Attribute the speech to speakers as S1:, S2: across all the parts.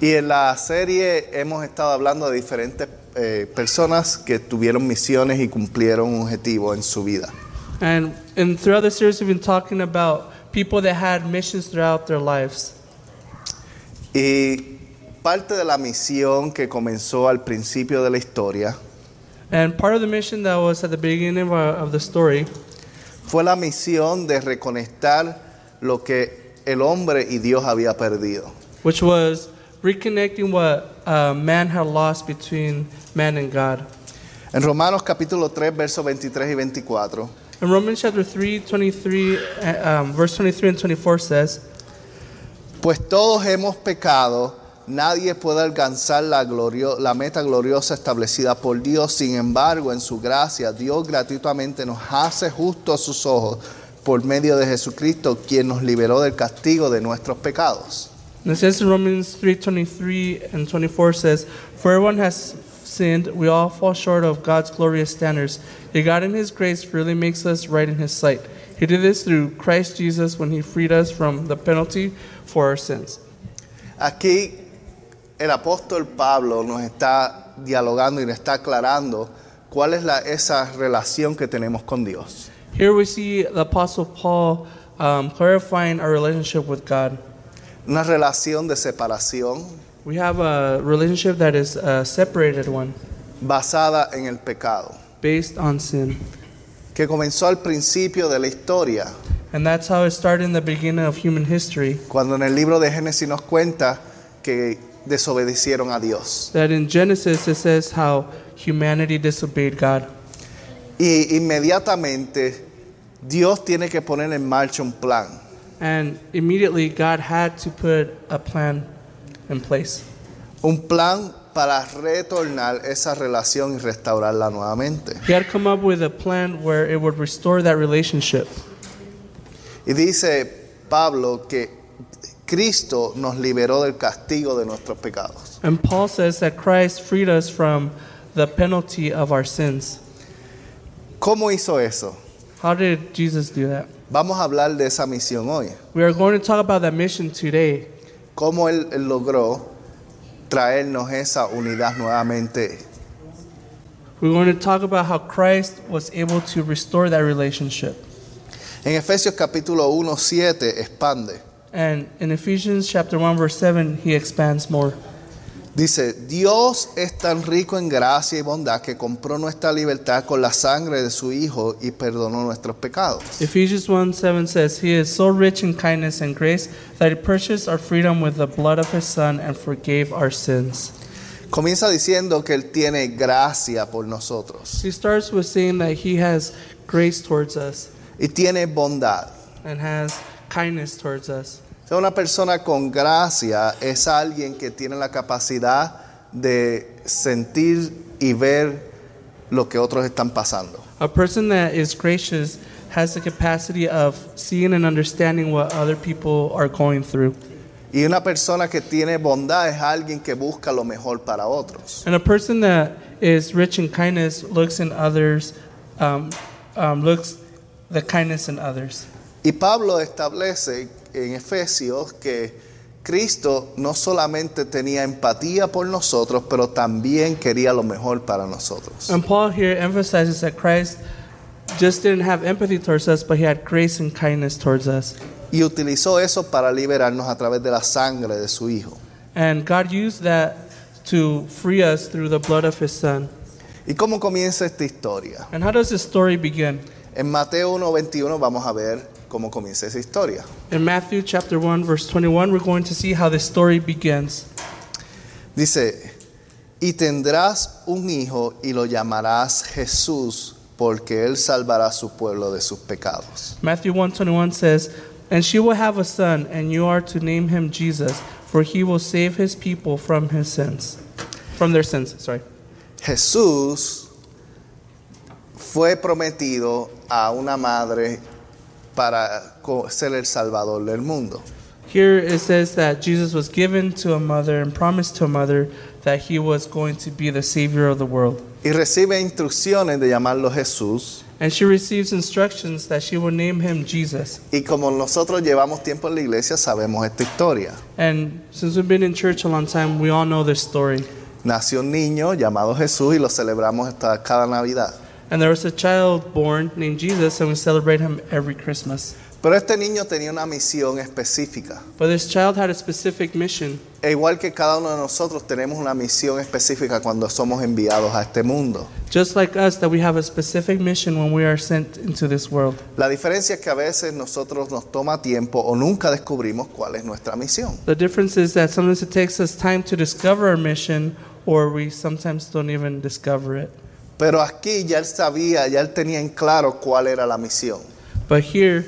S1: Y en la serie hemos estado hablando de diferentes eh, personas que tuvieron misiones y cumplieron objetivos en su vida.
S2: And, and throughout the series, we've been talking about people that had missions throughout their lives.
S1: Y parte de la misión que comenzó al principio de la historia
S2: And part of the mission that was at the beginning of, our, of the story
S1: fue la misión de reconectar lo que el hombre y Dios había perdido.
S2: which was reconnecting what uh, man had lost between man and God.
S1: En Romanos capítulo 3, versos 23 y 24,
S2: In Romans chapter 3, 23, uh, um, verse 23 and 24 says,
S1: pues todos hemos pecado, nadie puede alcanzar la, glorio- la meta gloriosa establecida por Dios, sin embargo, en su gracia, Dios gratuitamente nos hace justo a sus ojos por medio de Jesucristo, quien nos liberó del castigo de nuestros pecados.
S2: and it says in Romans 3, 23 and 24 says, For everyone has sinned, we all fall short of God's glorious standards. Yet God in His grace freely makes us right in His sight. He did this through Christ Jesus when He freed us from the penalty for our sins.
S1: Aquí el apóstol Pablo nos está dialogando y nos está aclarando cuál es la- esa relación que tenemos con Dios.
S2: Here we see the Apostle Paul um, clarifying our relationship with God.
S1: Una relación de separación
S2: We have a relationship that is a separated one
S1: basada en el pecado,
S2: based on sin.
S1: que comenzó al principio de la historia,
S2: And that's how it started in the beginning of human history.
S1: cuando en el libro de Génesis nos cuenta que desobedecieron a Dios.
S2: That in Genesis it says how humanity disobeyed God.
S1: Y inmediatamente Dios tiene que poner en marcha un plan.
S2: And immediately God had to put a plan in place.
S1: un plan para retornar esa relación y restaurarla nuevamente.
S2: He had come up with a plan where it would restore that relationship.
S1: Y dice Pablo que Cristo nos liberó del castigo de nuestros pecados.
S2: And Paul says that Christ freed us from the penalty of our sins.
S1: ¿Cómo hizo eso?
S2: How did Jesus do that?
S1: Vamos a hablar de esa misión hoy.
S2: We are going to talk about that mission today.
S1: ¿Cómo él, él logró traernos esa unidad nuevamente?
S2: We're going to talk about how Christ was able to restore that relationship.
S1: En Efesios capítulo 1, 7 expande.
S2: And in Ephesians chapter 1 verse 7, he expands more.
S1: Dice, Dios es tan rico en gracia y bondad que compró nuestra libertad con la sangre de su Hijo y perdonó nuestros pecados.
S2: Ephesians 1 7 says, He is so rich in kindness and grace that he purchased our freedom with the blood of his Son and forgave our sins.
S1: Comienza diciendo que Él tiene gracia por nosotros
S2: He starts with saying that he has grace towards us
S1: y tiene bondad.
S2: and has kindness towards us.
S1: O sea, una persona con gracia es alguien que tiene la capacidad de sentir y ver lo que otros están pasando.
S2: A person that is gracious has the capacity of seeing and understanding what other people are going through.
S1: Y una persona que tiene bondad es alguien que busca lo mejor para otros.
S2: And a person that is rich in kindness looks in others, um, um, looks the kindness in others.
S1: Y Pablo establece en Efesios que Cristo no solamente tenía empatía por nosotros, pero también quería lo mejor para nosotros.
S2: And Paul here emphasizes that Christ just didn't have empathy towards us, but he had grace and kindness towards us.
S1: y utilizó eso para liberarnos a través de la sangre de su Hijo.
S2: And God used that to free us through the blood of his son.
S1: ¿Y cómo comienza esta historia?
S2: And how does this story begin?
S1: En Mateo 1.21 vamos a ver cómo comienza esa historia.
S2: In Matthew chapter 1 verse 21, we're going to see how this story begins.
S1: Dice, y tendrás un hijo y lo llamarás Jesús, porque él salvará a su pueblo de sus pecados.
S2: Matthew 1:21 says, "And she will have a son, and you are to name him Jesus, for he will save his people from his sins." from their sins. Sorry.
S1: Jesús fue prometido a una madre para co- ser el salvador del mundo.
S2: Here it says that Jesus was given to a mother and promised to a mother that he was going to be the savior of the world.
S1: Y recibe instrucciones de llamarlo Jesús.
S2: And she receives instructions that she will name him Jesus.
S1: Y como nosotros llevamos tiempo en la iglesia, sabemos esta historia.
S2: And since we've been in church a long time, we all know this story.
S1: Nació un niño llamado Jesús y lo celebramos esta- cada Navidad.
S2: And there was a child born named Jesus, and we celebrate him every Christmas.
S1: Pero este niño tenía una misión específica.
S2: But this child had a specific mission.
S1: E igual que cada uno de nosotros tenemos una misión específica cuando somos enviados a este mundo.
S2: Just like us, that we have a specific mission when we are sent into this world.
S1: La diferencia es que a veces nosotros nos toma tiempo o nunca descubrimos cuál es nuestra misión.
S2: The difference is that sometimes it takes us time to discover our mission, or we sometimes don't even discover it.
S1: Pero aquí ya él sabía, ya él tenía en claro cuál era la misión.
S2: But here,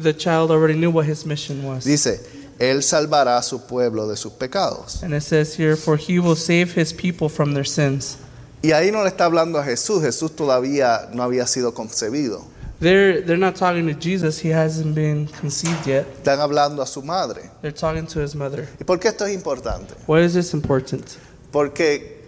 S2: the child already knew what his mission was.
S1: Dice, él salvará a su pueblo de sus pecados.
S2: And it says here, For he will save his people from their sins.
S1: Y ahí no le está hablando a Jesús, Jesús todavía no había sido concebido.
S2: They're, they're not talking to Jesus, he hasn't been conceived yet.
S1: Están hablando a su madre.
S2: They're talking to his mother.
S1: ¿Y por qué esto es importante?
S2: Why is this important?
S1: Porque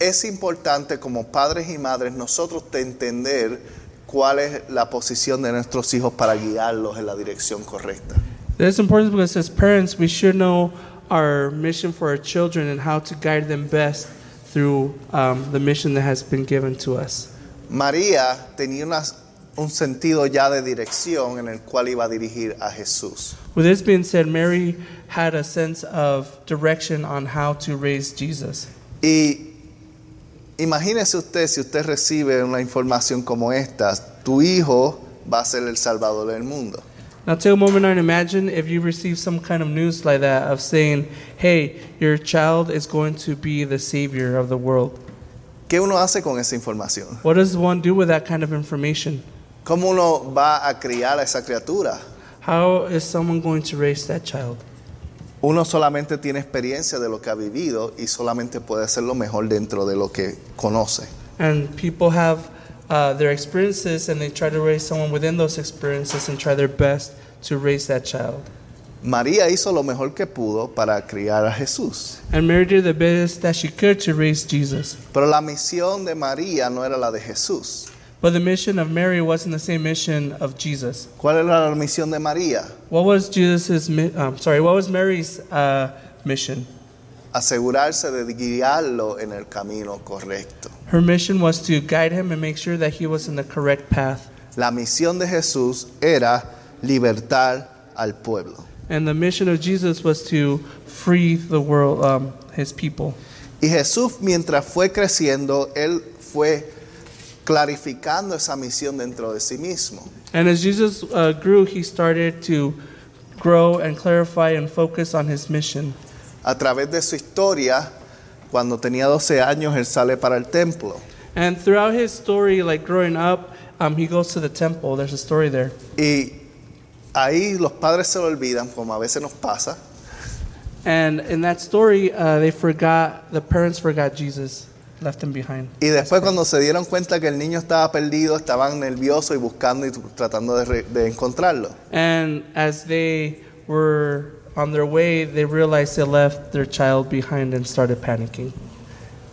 S1: es importante como padres y madres nosotros de entender cuál es la posición de nuestros hijos para guiarlos en la dirección correcta.
S2: It's important because as parents, we should know our mission for our children and how to guide them best through um, the mission that has been given to us.
S1: María tenía unas- un sentido ya de dirección en el cual iba a dirigir a Jesús.
S2: With this being said, Mary had a sense of direction on how to raise Jesus.
S1: Y imagínese usted si usted recibe una información como esta, tu hijo va a ser el salvador del mundo.
S2: Now, take a moment and imagine if you receive some kind of news like that of saying, hey, your child is going to be the savior of the world.
S1: ¿Qué uno hace con esa información?
S2: What does one do with that kind of information?
S1: ¿Cómo uno va a criar a esa criatura?
S2: How is someone going to raise that child?
S1: Uno solamente tiene experiencia de lo que ha vivido y solamente puede hacer lo mejor dentro de lo que conoce.
S2: And people have uh, their experiences and they try to raise someone within those experiences and try their best to raise that child.
S1: María hizo lo mejor que pudo para criar a Jesús,
S2: And Mary did the best that she could to raise Jesus.
S1: pero la misión de María no era la de Jesús.
S2: But the mission of Mary wasn't the same mission of Jesus.
S1: ¿Cuál era la misión de María?
S2: What was Jesus's, mi- um, sorry, what was Mary's uh, mission?
S1: Asegurarse de guiarlo en el camino correcto.
S2: Her mission was to guide him and make sure that he was in the correct path.
S1: La misión de Jesús era libertar al pueblo.
S2: And the mission of Jesus was to free the world, um, his people.
S1: Y Jesús mientras fue creciendo, él fue clarificando esa misión dentro de sí mismo.
S2: And as Jesus uh, grew, he started to grow and clarify and focus on his mission.
S1: A través de su historia, cuando tenía 12 años, él sale para el templo.
S2: And throughout his story, like growing up, um, he goes to the temple. There's a story there.
S1: Y ahí los padres se lo olvidan, como a veces nos pasa,
S2: And in that story, uh, they forgot, the parents forgot Jesus, left him behind.
S1: Y después cuando se dieron cuenta que el niño estaba perdido, estaban nerviosos y buscando y tratando de, re- de encontrarlo.
S2: And as they were on their way, they realized they left their child behind and started panicking.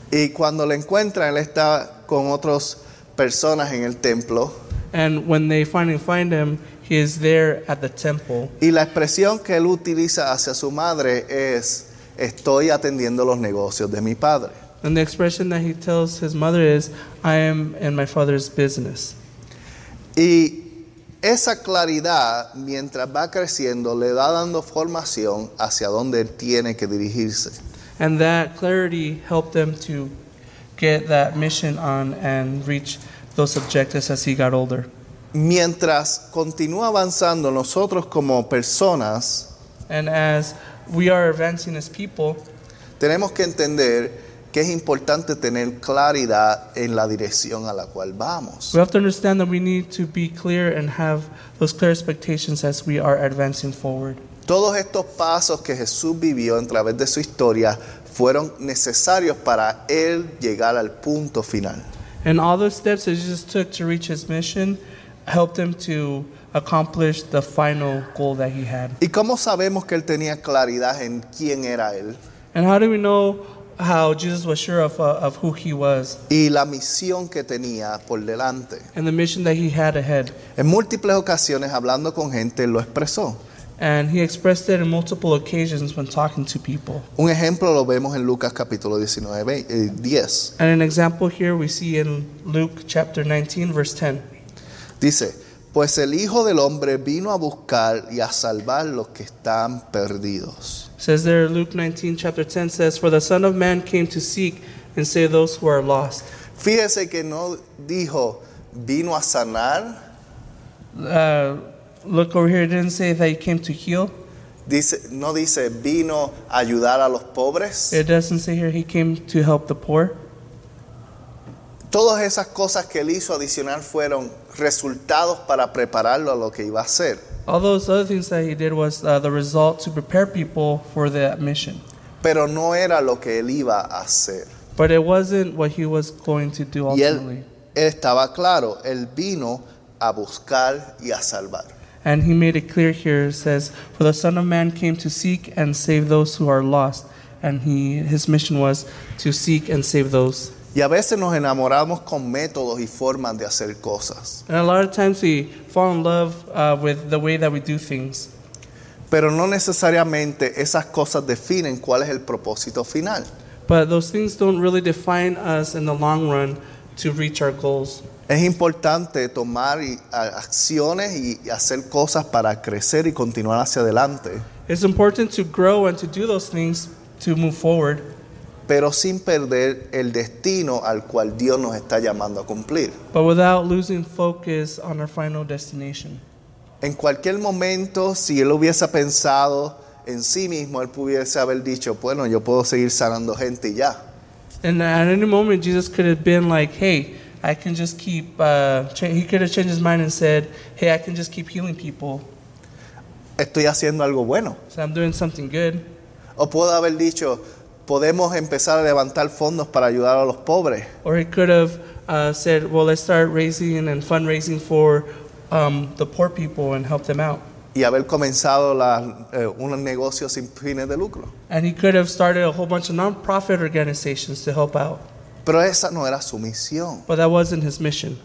S1: Y cuando lo encuentran, él está con otras personas en el templo.
S2: And when they finally find him, he is there at the temple.
S1: Y la expresión que él utiliza hacia su madre es, estoy atendiendo los negocios de mi padre.
S2: And the expression that he tells his mother is, I am in my father's business.
S1: Y esa claridad, mientras va creciendo, le da dando formación hacia dónde él tiene que dirigirse.
S2: And that clarity helped him to get that mission on and reach those objectives as he got older.
S1: Mientras continúa avanzando nosotros como personas,
S2: And as we are advancing as people,
S1: Tenemos que entender que es importante tener claridad en la dirección a la cual vamos.
S2: we have to understand that we need to be clear and have those clear expectations as we are advancing forward.
S1: Todos estos pasos que Jesús vivió a través de su historia fueron necesarios para él llegar al punto final.
S2: And all those steps that Jesus took to reach his mission helped him to accomplish the final goal that he had.
S1: ¿Y cómo sabemos que él tenía claridad en quién era él
S2: And how do we know how Jesus was sure of, uh, of who he was
S1: y la misión que tenía por delante?
S2: and the mission that he had ahead?
S1: En múltiples ocasiones hablando con gente lo expresó.
S2: And he expressed it in multiple occasions when talking to people.
S1: Un ejemplo lo vemos en Lucas capítulo 19, ve- eh, 10.
S2: And an example here we see in Luke chapter 19, verse 10.
S1: Dice, pues el Hijo del Hombre vino a buscar y a salvar los que están perdidos.
S2: says there, Luke 19, chapter 10 says, For the Son of Man came to seek and save those who are lost.
S1: Fíjese que no dijo, vino a sanar,
S2: Uh, look over here, it didn't say that he came to heal.
S1: dice, no dice, vino a ayudar a los pobres.
S2: It doesn't say here he came to help the poor.
S1: Todas esas cosas que él hizo adicional fueron resultados para prepararlo a lo que iba a hacer.
S2: All those other things that he did was uh, the result to prepare people for that mission.
S1: Pero no era lo que él iba a hacer.
S2: But it wasn't what he was going to do
S1: Y
S2: ultimately.
S1: él, él estaba claro, él vino a buscar y a salvar.
S2: And he made it clear here it says, For the Son of Man came to seek and save those who are lost. And he, his mission was to seek and save those.
S1: Y a veces nos enamoramos con métodos y formas de hacer cosas,
S2: And a lot of times we fall in love uh, with the way that we do things.
S1: pero no necesariamente esas cosas definen cuál es el propósito final.
S2: But those things don't really define us in the long run to reach our goals.
S1: Es importante tomar y- a- acciones y y hacer cosas para crecer y continuar hacia adelante,
S2: It's important to grow and to do those things to move forward,
S1: pero sin perder el destino al cual Dios nos está llamando a cumplir.
S2: but without losing focus on our final destination.
S1: En cualquier momento, si él hubiese pensado en sí mismo, él pudiese haber dicho, bueno, yo puedo seguir sanando gente y ya.
S2: And at any moment, Jesus could have been like, hey, I can just keep, uh, cha- he could have changed his mind and said, hey, I can just keep healing people,
S1: Estoy haciendo algo bueno.
S2: so I'm doing something good.
S1: O puedo haber dicho, podemos empezar a levantar fondos para ayudar a los pobres.
S2: Or he could have uh, said, well, let's start raising and fundraising for um, the poor people and help them out.
S1: Y haber comenzado la- eh, unos negocios sin fines de lucro.
S2: And he could have started a whole bunch of nonprofit organizations to help out,
S1: Pero esa no era su misión.
S2: but that wasn't his mission.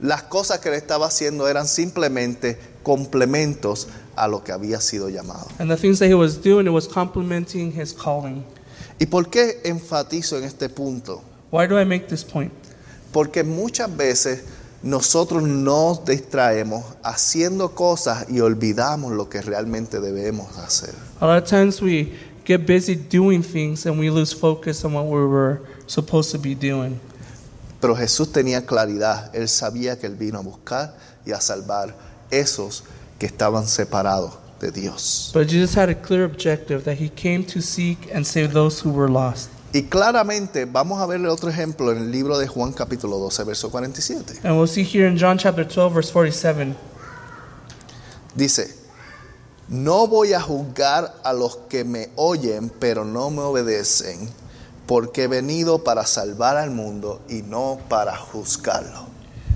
S1: Las cosas que él estaba haciendo eran simplemente complementos a lo que había sido llamado.
S2: And the things that he was doing, it was complementing his calling.
S1: ¿Y por qué enfatizo en este punto?
S2: Why do I make this point?
S1: Porque muchas veces nosotros nos distraemos haciendo cosas y olvidamos lo que realmente debemos hacer.
S2: A lot of times we get busy doing things and we lose focus on what we were supposed to be doing.
S1: Pero Jesús tenía claridad, él sabía que él vino a buscar y a salvar esos que estaban separados de Dios.
S2: But Jesus had a clear objective that he came to seek and save those who were lost.
S1: Y claramente vamos a verle otro ejemplo en el libro de Juan capítulo 12, verso 47.
S2: And we'll see here in John chapter 12, verse 47.
S1: Dice, no voy a juzgar a los que me oyen, pero no me obedecen, porque he venido para salvar al mundo y no para juzgarlo.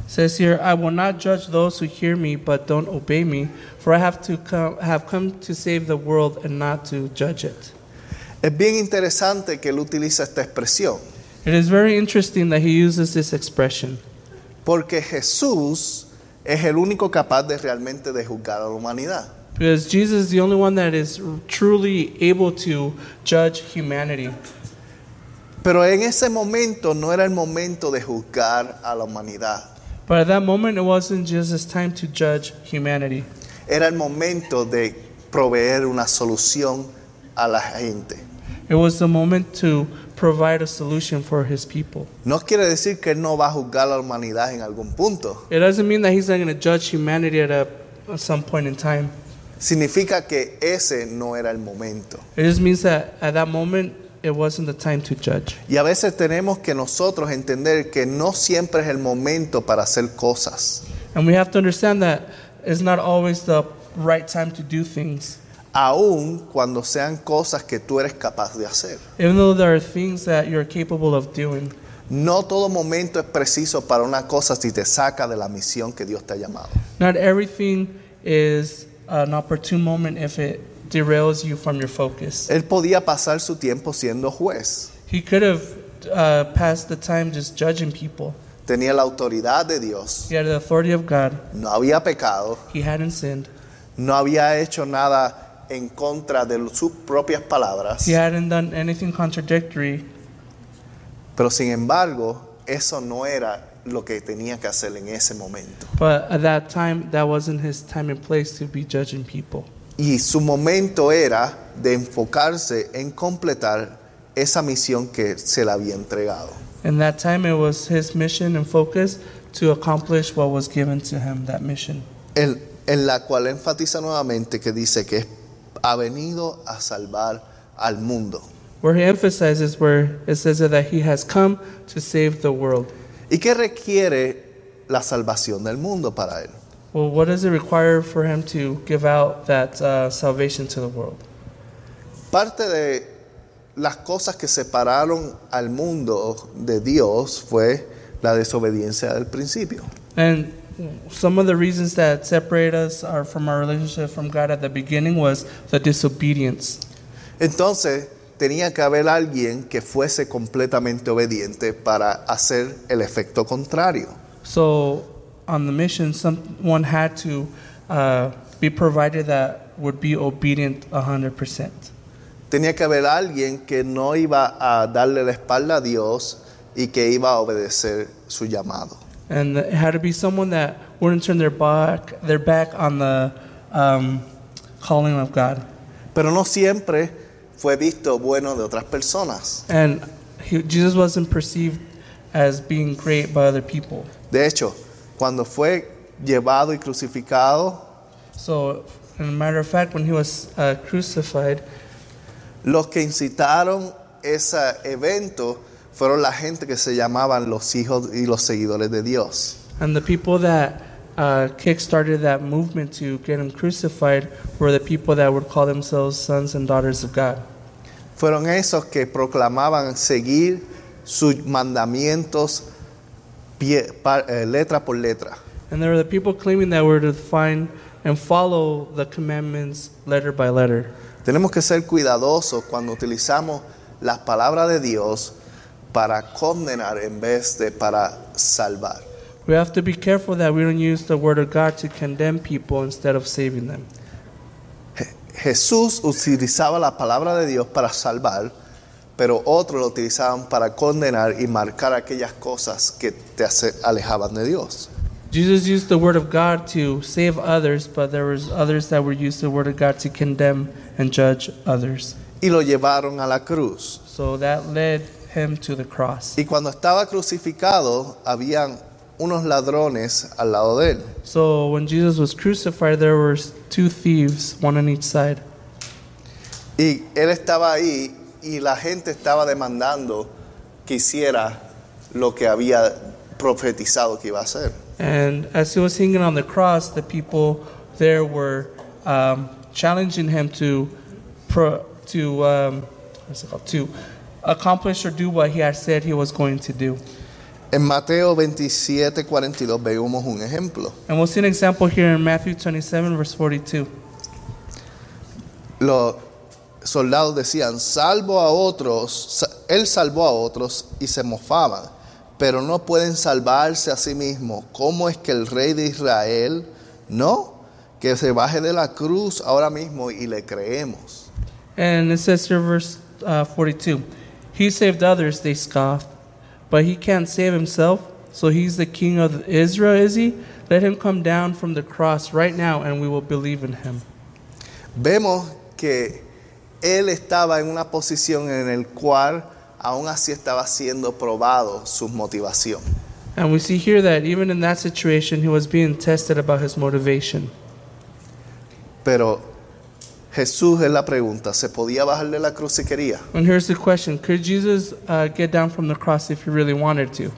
S2: It says here, I will not judge those who hear me but don't obey me, for I have to come, have come to save the world and not to judge it.
S1: Es bien interesante que él utiliza esta expresión,
S2: It is very interesting that he uses this expression
S1: porque Jesús es el único capaz de realmente de juzgar a la humanidad.
S2: because Jesus is the only one that is truly able to judge humanity.
S1: Pero en ese momento no era el momento de juzgar a la humanidad,
S2: But at that moment, it wasn't Jesus' time to judge humanity.
S1: era el momento de proveer una solución a la gente.
S2: It was the moment to provide a solution for his people.
S1: No quiere decir que él no va a juzgar a la humanidad en algún punto.
S2: It doesn't mean that he's not going to judge humanity at, a, at some point in time.
S1: Significa que ese no era el momento.
S2: It just means that at that moment, it wasn't the time to judge.
S1: Y a veces tenemos que nosotros entender que no siempre es el momento para hacer cosas.
S2: And we have to understand that it's not always the right time to do things.
S1: aun cuando sean cosas que tú eres capaz de hacer.
S2: even though there are things that you're capable of doing.
S1: No todo momento es preciso para una cosa si te saca de la misión que Dios te ha llamado.
S2: Not everything is an opportune moment if it derails you from your focus.
S1: Él podía pasar su tiempo siendo juez.
S2: He could have uh, passed the time just judging people.
S1: Tenía la autoridad de Dios.
S2: He had the authority of God.
S1: No había pecado.
S2: He hadn't sinned.
S1: No había hecho nada en contra de sus propias palabras.
S2: He hadn't done anything contradictory.
S1: Pero sin embargo, eso no era lo que tenía que hacer en ese momento.
S2: But at that time, that wasn't his time and place to be judging people.
S1: Y su momento era de enfocarse en completar esa misión que se le había entregado.
S2: In that time, it was his mission and focus to accomplish what was given to him, that mission.
S1: En, en la cual enfatiza nuevamente que dice que ha venido a salvar al mundo.
S2: Where he emphasizes, where it says that he has come to save the world.
S1: ¿Y qué requiere la salvación del mundo para él?
S2: Well, what does it require for him to give out that uh, salvation to the world?
S1: Parte de las cosas que separaron al mundo de Dios fue la desobediencia del principio.
S2: And some of the reasons that separate us are from our relationship from God at the beginning was the disobedience.
S1: Entonces tenía que haber alguien que fuese completamente obediente para hacer el efecto contrario.
S2: So on the mission, someone had to uh, be provided that would be obedient 100%.
S1: Tenía que haber alguien que no iba a darle la espalda a Dios y que iba a obedecer su llamado.
S2: And it had to be someone that wouldn't turn their back, their back on the um, calling of God.
S1: Pero no siempre fue visto bueno de otras personas.
S2: And he, Jesus wasn't perceived as being great by other people.
S1: De hecho, cuando fue llevado y crucificado,
S2: So, as a matter of fact, when he was uh, crucified,
S1: los que incitaron ese evento fueron la gente que se llamaban los hijos y los seguidores de Dios.
S2: and the people that uh, kickstarted that movement to get him crucified were the people that would call themselves sons and daughters of God.
S1: Fueron esos que proclamaban seguir sus mandamientos pie- pa- eh, letra por letra.
S2: And there were the people claiming that we're to find and follow the commandments letter by letter.
S1: Tenemos que ser cuidadosos cuando utilizamos las palabras de Dios para condenar en vez de para salvar.
S2: We have to be careful that we don't use the word of God to condemn people instead of saving them.
S1: Jesús utilizaba la palabra de Dios para salvar, pero otros lo utilizaban para condenar y marcar aquellas cosas que te hace- alejaban de Dios.
S2: Jesus used the word of God to save others, but there was others that were used the word of God to condemn and judge others.
S1: Y lo llevaron a la cruz.
S2: So that led him to the cross.
S1: Y cuando estaba crucificado, habían unos ladrones al lado de él.
S2: So when Jesus was crucified, there were two thieves, one on each side.
S1: Y él estaba ahí y la gente estaba demandando que hiciera lo que había profetizado que iba a hacer.
S2: And as he was hanging on the cross, the people there were um, challenging him to pro- to um, what's it called? to accomplish or do what he had said he was going to do.
S1: En Mateo 27, 42 vemos un ejemplo.
S2: And we'll see an example here in Matthew 27, verse 42.
S1: los soldados decían, salvo a otros, sa- él salvó a otros y se mofaban, pero no pueden salvarse a sí mismos. ¿Cómo es que el rey de Israel no? Que se baje de la cruz ahora mismo y le creemos.
S2: And it says here, verse uh, 42 He saved others, they scoffed, but he can't save himself. So he's the king of Israel, is he? Let him come down from the cross right now, and we will believe in him.
S1: Vemos que él estaba en una posición en el cual aún así estaba siendo probado su motivación.
S2: And we see here that even in that situation, he was being tested about his motivation.
S1: Pero Jesús es la pregunta, ¿se podía bajar de la cruz si quería?
S2: And here's the question Could Jesus uh, get down from the cross if he really wanted to?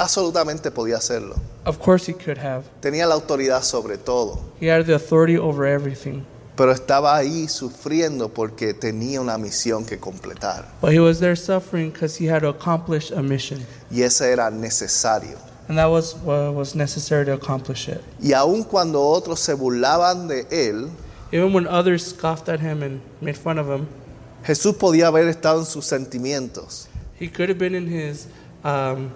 S1: Absolutamente podía hacerlo.
S2: Of course, he could have.
S1: Tenía la autoridad sobre todo.
S2: He had the authority over everything.
S1: pero estaba ahí sufriendo porque tenía una misión que completar.
S2: But he was there suffering because he had accomplished a mission.
S1: Y ese era necesario.
S2: And that was what was necessary to accomplish it.
S1: Y aun cuando otros se burlaban de él,
S2: Even when others scoffed at him and made fun of him,
S1: Jesús podía haber estado en sus sentimientos.
S2: he could have been in his um,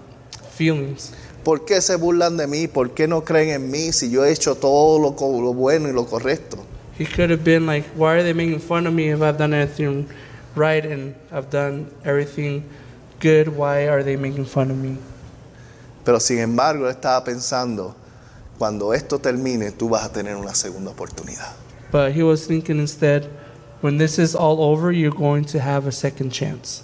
S2: feelings.
S1: ¿Por qué se burlan de mí? ¿Por qué no creen en mí si yo he hecho todo lo, co- lo bueno y lo correcto?
S2: He could have been like, why are they making fun of me if I've done anything right and I've done everything good? Why are they making fun of me?
S1: Pero sin embargo, él estaba pensando, cuando esto termine, tú vas a tener una segunda oportunidad.
S2: But he was thinking instead, when this is all over, you're going to have a second chance.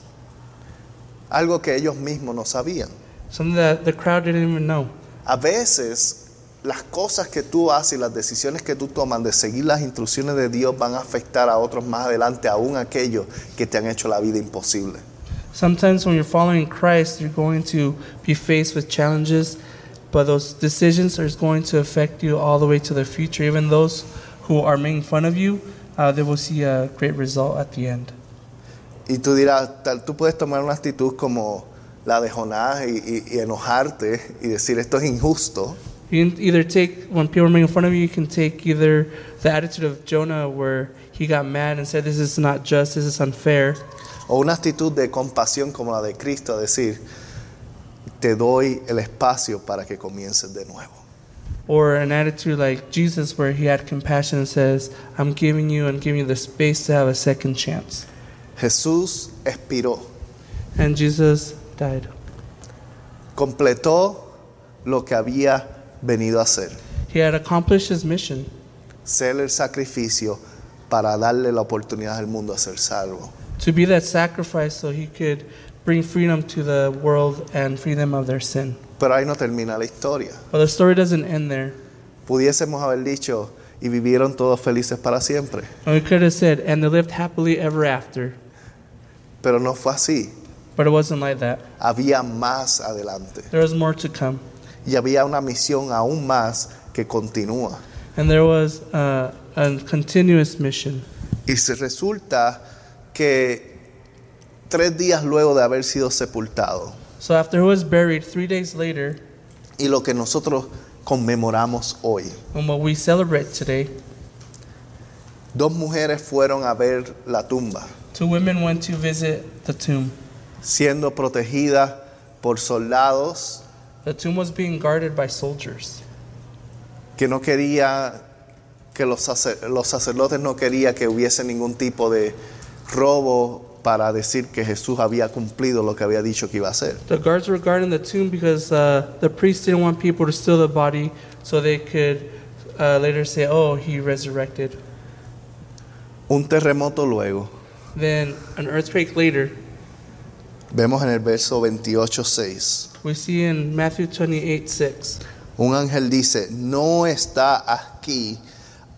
S1: Algo que ellos mismos no sabían.
S2: Something that the crowd didn't even know.
S1: A veces las cosas que tú haces y las decisiones que tú tomas de seguir las instrucciones de Dios van a afectar a otros más adelante, aún aquellos que te han hecho la vida imposible.
S2: Sometimes when you're following Christ, you're going to be faced with challenges, but those decisions are going to affect you all the way to the future. Even those who are making fun of you, uh, they will see a great result at the end.
S1: Y tú dirás, tal, tú puedes tomar una actitud como la de Jonás y, y- y enojarte y decir esto es injusto,
S2: You can either take, when people are making fun of you, you can take either the attitude of Jonah, where he got mad and said, This is not just, this is unfair,
S1: o una actitud de compasión como la de Cristo, a decir, te doy el espacio para que comiences de nuevo.
S2: or an attitude like Jesus, where he had compassion and says, I'm giving you and giving you the space to have a second chance.
S1: Jesús expiró,
S2: And Jesus died.
S1: completó lo que había venido a hacer,
S2: He had accomplished his mission
S1: ser el sacrificio para darle la oportunidad al mundo a ser salvo.
S2: to be that sacrifice so he could bring freedom to the world and free them of their sin.
S1: Pero ahí no termina la historia.
S2: But the story doesn't end there.
S1: Pudiésemos haber dicho, y vivieron todos felices para siempre.
S2: And we could have said, and they lived happily ever after.
S1: Pero no fue así.
S2: But it wasn't like that.
S1: Había más adelante.
S2: There was more to come.
S1: Y había una misión aún más que continúa.
S2: And there was uh, a continuous mission.
S1: Y se resulta que tres días luego de haber sido sepultado,
S2: So after he was buried, three days later,
S1: y lo que nosotros conmemoramos hoy,
S2: and what we celebrate today,
S1: dos mujeres fueron a ver la tumba,
S2: two women went to visit the tomb.
S1: siendo protegidas por soldados
S2: The tomb was being guarded by soldiers.
S1: que no quería que los, sacer- los sacerdotes no quería que hubiese ningún tipo de robo para decir que Jesús había cumplido lo que había dicho que iba a hacer.
S2: The guards were guarding the tomb because uh, the priests didn't want people to steal the body so they could uh, later say, oh, he resurrected.
S1: Un terremoto luego.
S2: Then, an earthquake later,
S1: Vemos en el verso 28:6.
S2: we see in Matthew 28 6,
S1: Un ángel dice, "No está aquí.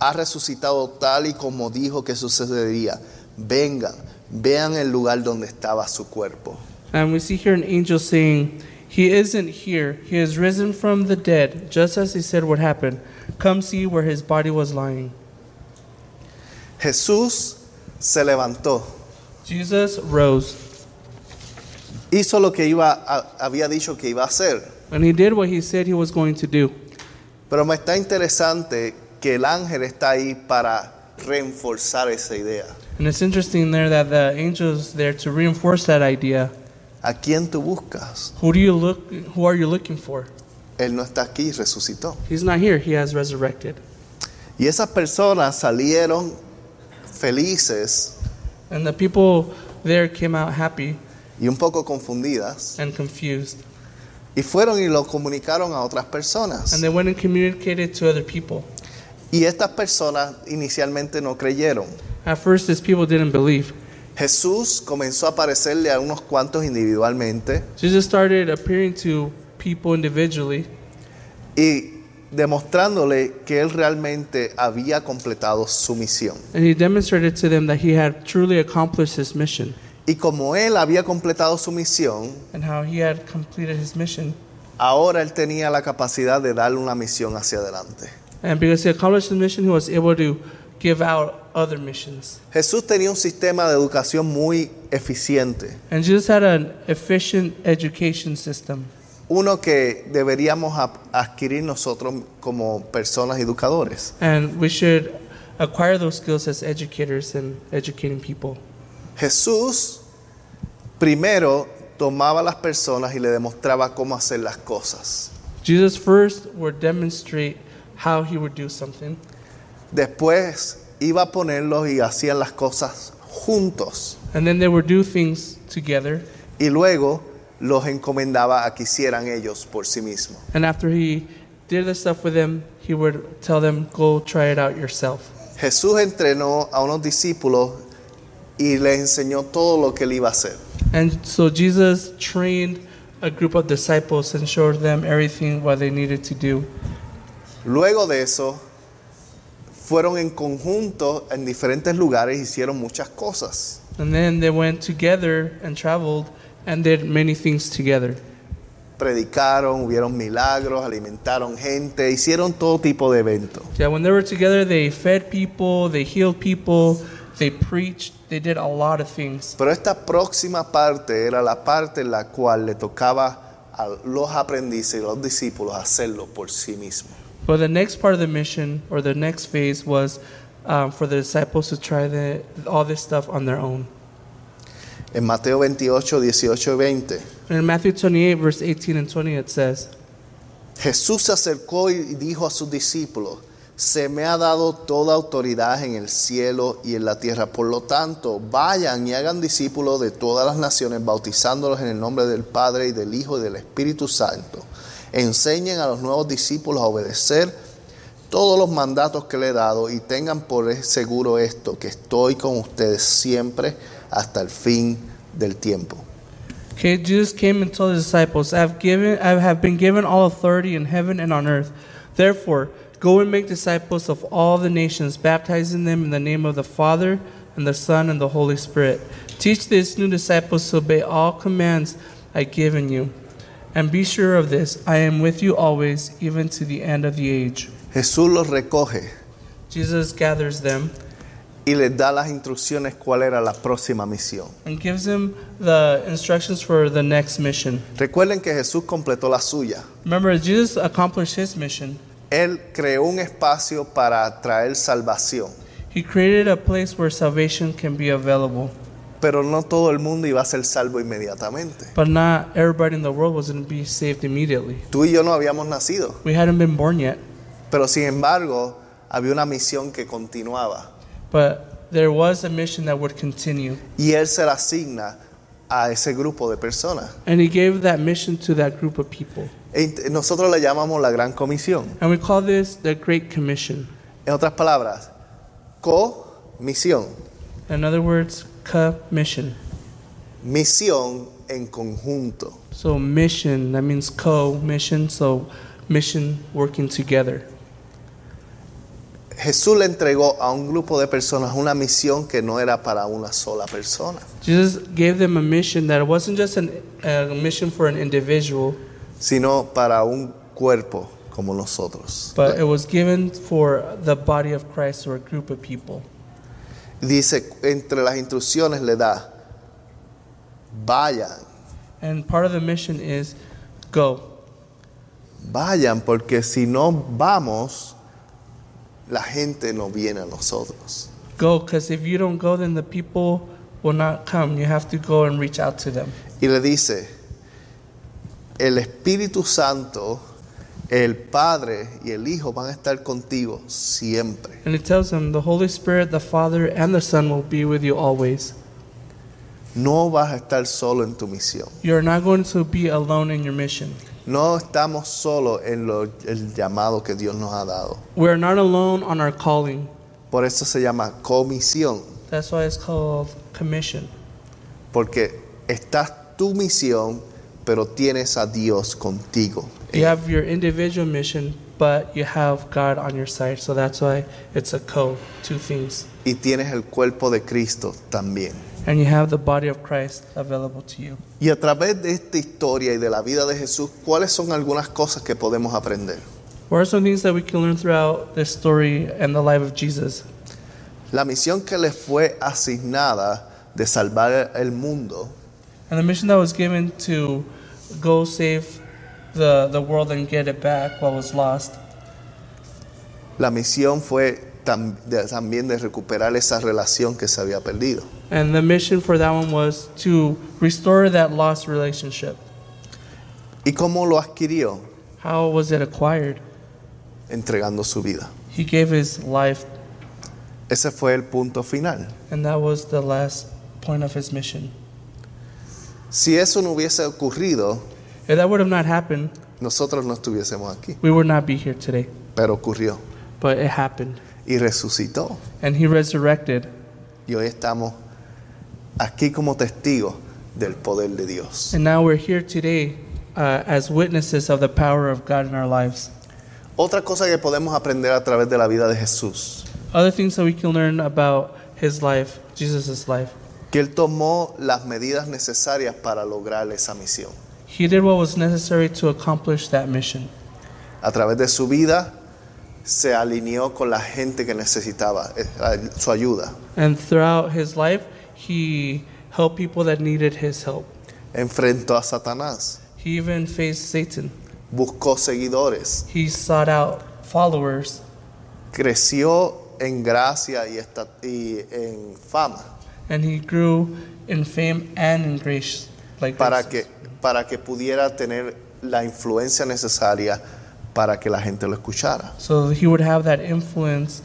S1: Ha resucitado tal y como dijo que sucedería. Vengan, vean el lugar donde estaba su cuerpo."
S2: and we see here an angel saying, He isn't here. He is risen from the dead, just as he said would happen. Come see where his body was lying.
S1: Jesús se levantó.
S2: Jesus rose,
S1: Hizo lo que iba a- había dicho que iba a hacer.
S2: and he did what he said he was going to do.
S1: Pero me está interesante que el ángel está ahí para reforzar esa idea.
S2: And it's interesting there that the angel is there to reinforce that idea.
S1: ¿A quién tú buscas?
S2: Who do you look? Who are you looking for?
S1: Él no está aquí, resucitó.
S2: He's not here. He has resurrected.
S1: Y esas personas salieron felices
S2: And the people there came out happy
S1: y un poco confundidas
S2: and confused,
S1: y fueron y lo comunicaron a otras personas.
S2: and they went and communicated to other people.
S1: Y estas personas inicialmente no creyeron.
S2: At first, these people didn't believe.
S1: Jesús comenzó a aparecerle a unos cuantos individualmente
S2: Jesus started appearing to people individually
S1: y demostrándole que él realmente había completado su misión.
S2: and he demonstrated to them that he had truly accomplished his mission
S1: Y como él había completado su misión,
S2: and how he had completed his mission.
S1: ahora él tenía la capacidad de darle una misión hacia adelante.
S2: And because he accomplished his mission, he was able to give out other missions.
S1: Jesús tenía un sistema de educación muy eficiente,
S2: And Jesus had an efficient education system,
S1: uno que deberíamos ap- adquirir nosotros como personas educadores.
S2: and we should acquire those skills as educators and educating people.
S1: Jesús primero tomaba a las personas y le demostraba cómo hacer las cosas.
S2: Jesus first would demonstrate how he would do something,
S1: Después iba a ponerlos y hacían las cosas juntos.
S2: and then they would do things together.
S1: Y luego los encomendaba a que hicieran ellos por sí mismos.
S2: And after he did the stuff with them, he would tell them, Go try it out yourself.
S1: Jesús entrenó a unos discípulos y les enseñó todo lo que él iba a hacer.
S2: And so Jesus trained a group of disciples and showed them everything what they needed to do.
S1: Luego de eso, fueron en conjunto en diferentes lugares e hicieron muchas cosas.
S2: And then they went together and traveled and did many things together.
S1: Predicaron, hubieron milagros, alimentaron gente, hicieron todo tipo de eventos.
S2: Yeah, when they were together, they fed people, they healed people, they preached, they did a lot of things.
S1: Pero esta próxima parte era la parte en la cual le tocaba a los aprendices y los discípulos hacerlo por sí mismos.
S2: But the next part of the mission, or the next phase, was um, for the disciples to try the, all this stuff on their own.
S1: En Mateo 28, 18 y 20,
S2: And in Matthew 28, verse 18 and 20, it says,
S1: Jesús se acercó y dijo a sus discípulos, se me ha dado toda autoridad en el cielo y en la tierra, por lo tanto, vayan y hagan discípulos de todas las naciones, bautizándolos en el nombre del Padre y del Hijo y del Espíritu Santo. Enseñen a los nuevos discípulos a obedecer todos los mandatos que le he dado y tengan por seguro esto, que estoy con ustedes siempre hasta el fin del tiempo.
S2: Okay, Jesus came and told his disciples, I have, given, I have been given all authority in heaven and on earth. Therefore, go and make disciples of all the nations, baptizing them in the name of the Father, and the Son, and the Holy Spirit. Teach these new disciples to obey all commands I've given you. And be sure of this I am with you always, even to the end of the age.
S1: Jesús los recoge
S2: Jesus gathers them
S1: y les da las instrucciones cuál era la próxima misión.
S2: and gives them the instructions for the next mission.
S1: Recuerden que Jesús completó la suya.
S2: Remember, Jesus accomplished his mission.
S1: Él creó un espacio para traer salvación,
S2: He created a place where salvation can be available,
S1: pero no todo el mundo iba a ser salvo inmediatamente.
S2: but not everybody in the world was going to be saved immediately.
S1: Tú y yo no habíamos nacido,
S2: We hadn't been born yet,
S1: pero sin embargo había una misión que continuaba
S2: but there was a mission that would continue.
S1: y Él se la asigna a ese grupo de personas.
S2: And he gave that mission to that group of people.
S1: E int- Nosotros le llamamos la gran comisión.
S2: And we call this the Great Commission.
S1: En otras palabras, co-misión,
S2: In other words, commission.
S1: misión en conjunto.
S2: So, mission, that means co mission, so mission working together.
S1: Jesús le entregó a un grupo de personas una misión que no era para una sola persona,
S2: Jesus gave them a mission that wasn't just an, a mission for an individual,
S1: sino para un cuerpo como nosotros.
S2: But it was given for the body of Christ or a group of people.
S1: Dice, entre las instrucciones le da, vayan,
S2: And part of the mission is go.
S1: vayan, porque si no vamos, la gente no viene a nosotros.
S2: Go, because if you don't go, then the people will not come. You have to go and reach out to them.
S1: Y le dice, el Espíritu Santo, el Padre y el Hijo van a estar contigo siempre.
S2: And it tells them the Holy Spirit, the Father, and the Son will be with you always.
S1: No vas a estar solo en tu misión.
S2: You're not going to be alone in your mission.
S1: No estamos solos en lo- el llamado que Dios nos ha dado.
S2: We're not alone on our calling.
S1: Por eso se llama comisión,
S2: That's why it's called commission.
S1: porque estás tu misión, pero tienes a Dios contigo.
S2: You have your individual mission, but you have God on your side. So that's why it's a co, two things.
S1: Y tienes el cuerpo de Cristo también.
S2: and you have the body of Christ available to you.
S1: Y a través de esta historia y de la vida de Jesús, ¿cuáles son algunas cosas que podemos aprender?
S2: What are some things that we can learn throughout this story and the life of Jesus?
S1: La misión que les fue asignada de salvar el mundo
S2: And the mission that was given to go save the, the world and get it back, what was lost,
S1: La misión fue tam- de- también de recuperar esa relación que se había perdido.
S2: And the mission for that one was to restore that lost relationship.
S1: ¿Y cómo lo adquirió?
S2: How was it acquired?
S1: Entregando su vida.
S2: He gave his life,
S1: Ese fue el punto final.
S2: and that was the last point of his mission.
S1: Si eso no hubiese ocurrido,
S2: If that would have not happened,
S1: nosotros no estuviésemos aquí.
S2: we would not be here today.
S1: Pero ocurrió.
S2: But it happened,
S1: Y resucitó.
S2: and he resurrected,
S1: Y hoy estamos aquí como testigos del poder de Dios.
S2: and now we're here today uh, as witnesses of the power of God in our lives.
S1: Otra cosa que podemos aprender a través de la vida de Jesús,
S2: Other things that we can learn about his life, Jesus' life,
S1: que Él tomó las medidas necesarias para lograr esa misión.
S2: he did what was necessary to accomplish that mission.
S1: a través de su vida se alineó con la gente que necesitaba eh, ay- su ayuda.
S2: And throughout his life, he helped people that needed his help.
S1: Enfrentó a Satanás,
S2: He even faced Satan.
S1: buscó seguidores,
S2: He sought out followers
S1: creció en gracia y, esta- y en fama
S2: and he grew in fame and in grace. Like
S1: para
S2: grace.
S1: que, para que pudiera tener la influencia necesaria para que la gente lo escuchara.
S2: So he would have that influence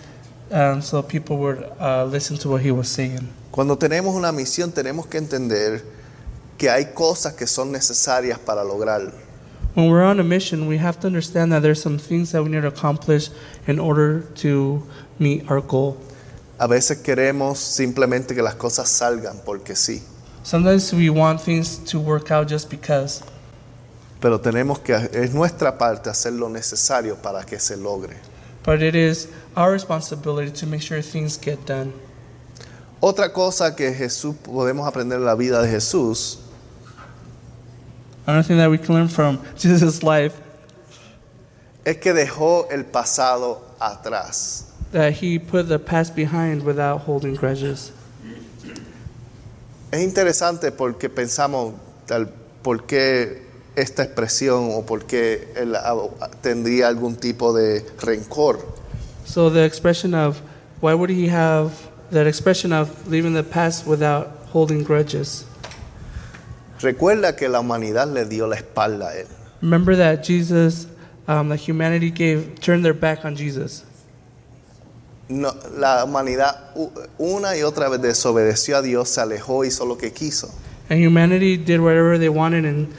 S2: um, so people would uh, listen to what he was saying.
S1: Cuando tenemos una misión tenemos que entender que hay cosas que son necesarias para lograrlo.
S2: When we're on a mission, we have to understand that there's some things that we need to accomplish in order to meet our goal.
S1: A veces queremos simplemente que las cosas salgan porque sí.
S2: Sometimes we want things to work out just because.
S1: pero tenemos que es nuestra parte hacer lo necesario para que se logre.
S2: But it is our responsibility to make sure things get done.
S1: Otra cosa que Jesús podemos aprender en la vida de Jesús
S2: Another thing that we can learn from Jesus' life
S1: es que dejó el pasado atrás.
S2: that he put the past behind without holding grudges.
S1: Es interesante porque pensamos tal por qué esta expresión o por qué él ah, tendría algún tipo de rencor.
S2: So the expression of why would he have that expression of leaving the past without holding grudges?
S1: Recuerda que la humanidad le dio la espalda a él.
S2: Remember that Jesus, um, that humanity gave turned their back on Jesus.
S1: No, la humanidad u- una y otra vez desobedeció a Dios, se alejó, hizo lo que quiso.
S2: And humanity did whatever they wanted and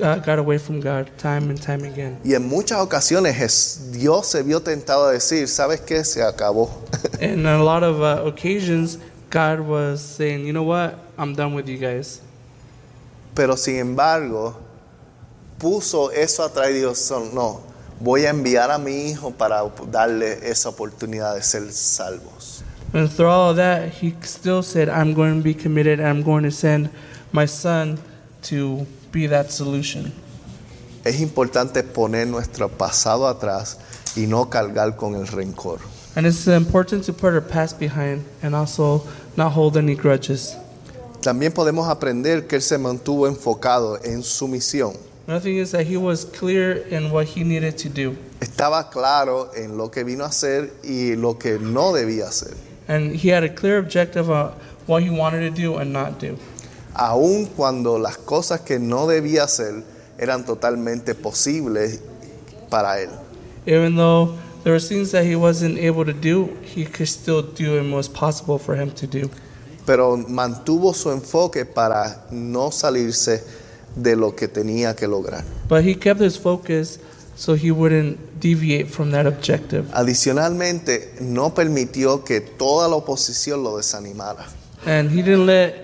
S2: uh, got away from God time and time again.
S1: Y en muchas ocasiones Jes- Dios se vio tentado a decir, ¿sabes qué? Se acabó.
S2: And on a lot of uh, occasions, God was saying, you know what? I'm done with you guys.
S1: Pero sin embargo, puso eso atrás y Dios, "Son- no, voy a enviar a mi hijo para darle esa oportunidad de ser salvos.
S2: And through all of that, he still said, I'm going to be committed and I'm going to send my son to be that solution.
S1: Es importante poner nuestro pasado atrás y no cargar con el rencor.
S2: And it's important to put our past behind and also not hold any grudges.
S1: También podemos aprender que Él se mantuvo enfocado en su misión.
S2: Another thing is that he was clear in what he needed to do.
S1: Estaba claro en lo que vino a hacer y lo que no debía hacer.
S2: And he had a clear objective of what he wanted to do and not do.
S1: aun cuando las cosas que no debía hacer eran totalmente posibles para él.
S2: Even though there were things that he wasn't able to do, he could still do and was possible for him to do.
S1: Pero mantuvo su enfoque para no salirse de lo que tenía que lograr.
S2: But he kept his focus so he wouldn't deviate from that objective.
S1: Adicionalmente, no permitió que toda la oposición lo desanimara.
S2: And he didn't let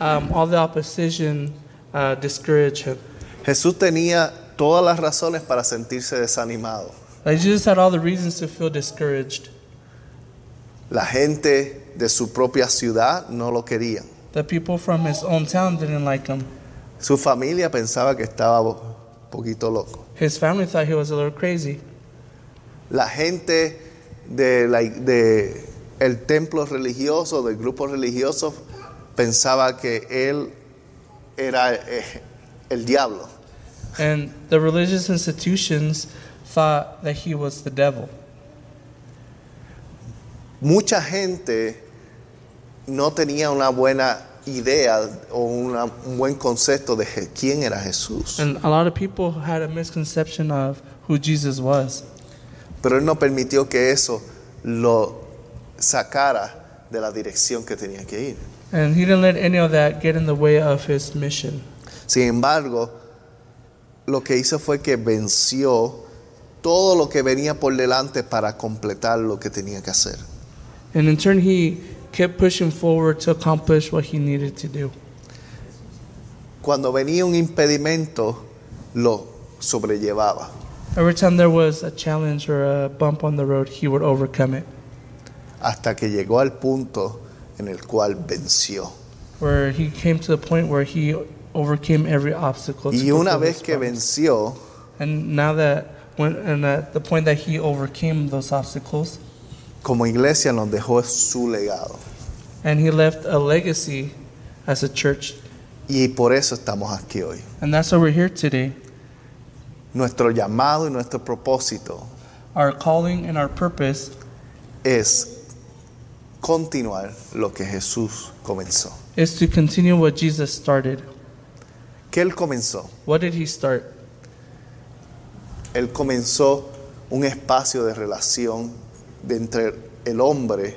S2: um, all the opposition uh, discourage him.
S1: Jesús tenía todas las razones para sentirse desanimado.
S2: Like Jesus had all the reasons to feel discouraged.
S1: La gente de su propia ciudad no lo querían.
S2: The people from his own town didn't like him.
S1: Su familia pensaba que estaba un poquito loco.
S2: His family thought he was a little crazy.
S1: la gente de la, de el templo religioso, del grupo religioso, pensaba que él era eh, el diablo.
S2: And the religious institutions thought that he was the devil.
S1: Mucha gente no tenía una buena idea o una- un buen concepto de je- quién era Jesús,
S2: And a lot of people had a misconception of who Jesus was.
S1: pero él no permitió que eso lo sacara de la dirección que tenía que ir.
S2: And he didn't let any of that get in the way of his mission.
S1: Sin embargo, lo que hizo fue que venció todo lo que venía por delante para completar lo que tenía que hacer.
S2: And in turn, he kept pushing forward to accomplish what he needed to do.
S1: Cuando venía un impedimento, lo sobrellevaba.
S2: Every time there was a challenge or a bump on the road, he would overcome it,
S1: hasta que llegó al punto en el cual venció.
S2: where he came to the point where he overcame every obstacle. to
S1: Y una
S2: fulfill
S1: vez
S2: his
S1: que
S2: promise.
S1: venció,
S2: And now that, when, and at the point that he overcame those obstacles,
S1: como iglesia nos dejó su legado.
S2: and he left a legacy as a church.
S1: Y por eso estamos aquí hoy.
S2: And that's why we're here today.
S1: Nuestro llamado y nuestro propósito
S2: Our calling and our purpose
S1: es continuar lo que Jesús comenzó.
S2: is to continue what Jesus started.
S1: ¿Qué Él comenzó?
S2: What did he start?
S1: Él comenzó un espacio de relación de entre el hombre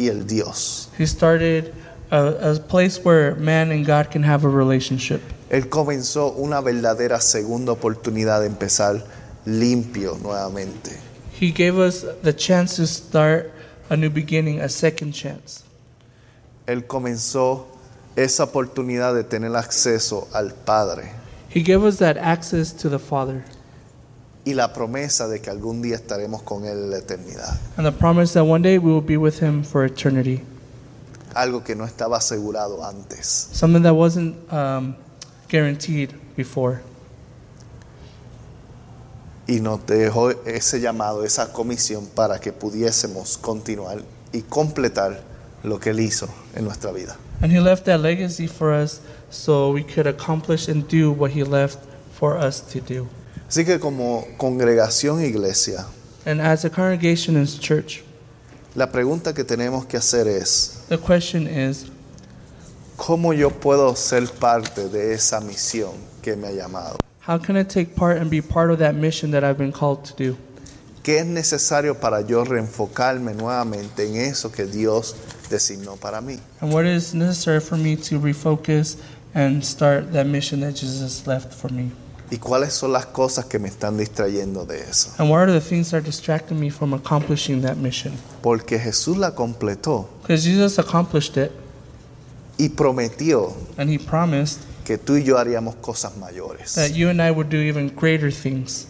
S1: y el Dios.
S2: He started a, a place where man and God can have a relationship.
S1: Él comenzó una verdadera segunda oportunidad de empezar limpio nuevamente.
S2: He gave us the chance to start a new beginning, a second chance.
S1: Él comenzó esa oportunidad de tener acceso al Padre
S2: He gave us that access to the Father
S1: y la promesa de que algún día estaremos con Él en la eternidad.
S2: and the promise that one day we will be with Him for eternity.
S1: Algo que no estaba asegurado antes.
S2: Something that wasn't um, guaranteed before.
S1: Y nos dejó ese llamado, esa comisión para que pudiésemos continuar y completar lo que Él hizo en nuestra vida.
S2: And He left that legacy for us so we could accomplish and do what He left for us to do.
S1: Así que como congregación iglesia,
S2: And as a congregation and church,
S1: la pregunta que tenemos que hacer es,
S2: the question is
S1: ¿Cómo yo puedo ser parte de esa misión que me ha llamado?
S2: how can I take part and be part of that mission that I've been called to do?
S1: ¿Qué es necesario para yo reenfocarme nuevamente en eso que Dios designó para mí?
S2: and what is necessary for me to refocus and start that mission that Jesus left for me?
S1: ¿Y cuáles son las cosas que me están distrayendo de eso?
S2: And what are the things that are distracting me from accomplishing that mission?
S1: Porque Jesús la completó
S2: Because Jesus accomplished it
S1: y prometió
S2: and he promised
S1: que tú y yo haríamos cosas mayores.
S2: that you and I would do even greater things.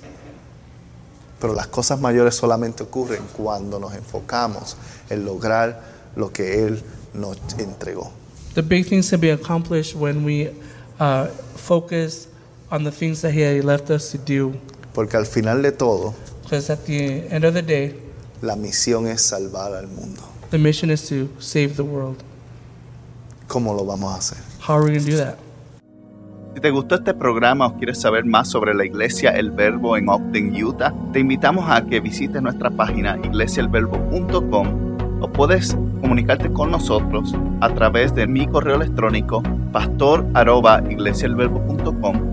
S1: Pero las cosas mayores solamente ocurren cuando nos enfocamos en lograr lo que Él nos entregó.
S2: The big things can be accomplished when we uh, focus on the things that he had left us to do.
S1: Porque al final de todo,
S2: Because at the end of the day,
S1: la misión es salvar al mundo.
S2: the mission is to save the world.
S1: ¿Cómo lo vamos a hacer?
S2: How are we going to do that?
S3: Si te gustó este programa o quieres saber más sobre la Iglesia El Verbo en Ogden, Utah, te invitamos a que visites nuestra página iglesiaelverbo.com o puedes comunicarte con nosotros a través de mi correo electrónico pastor@iglesiaelverbo.com.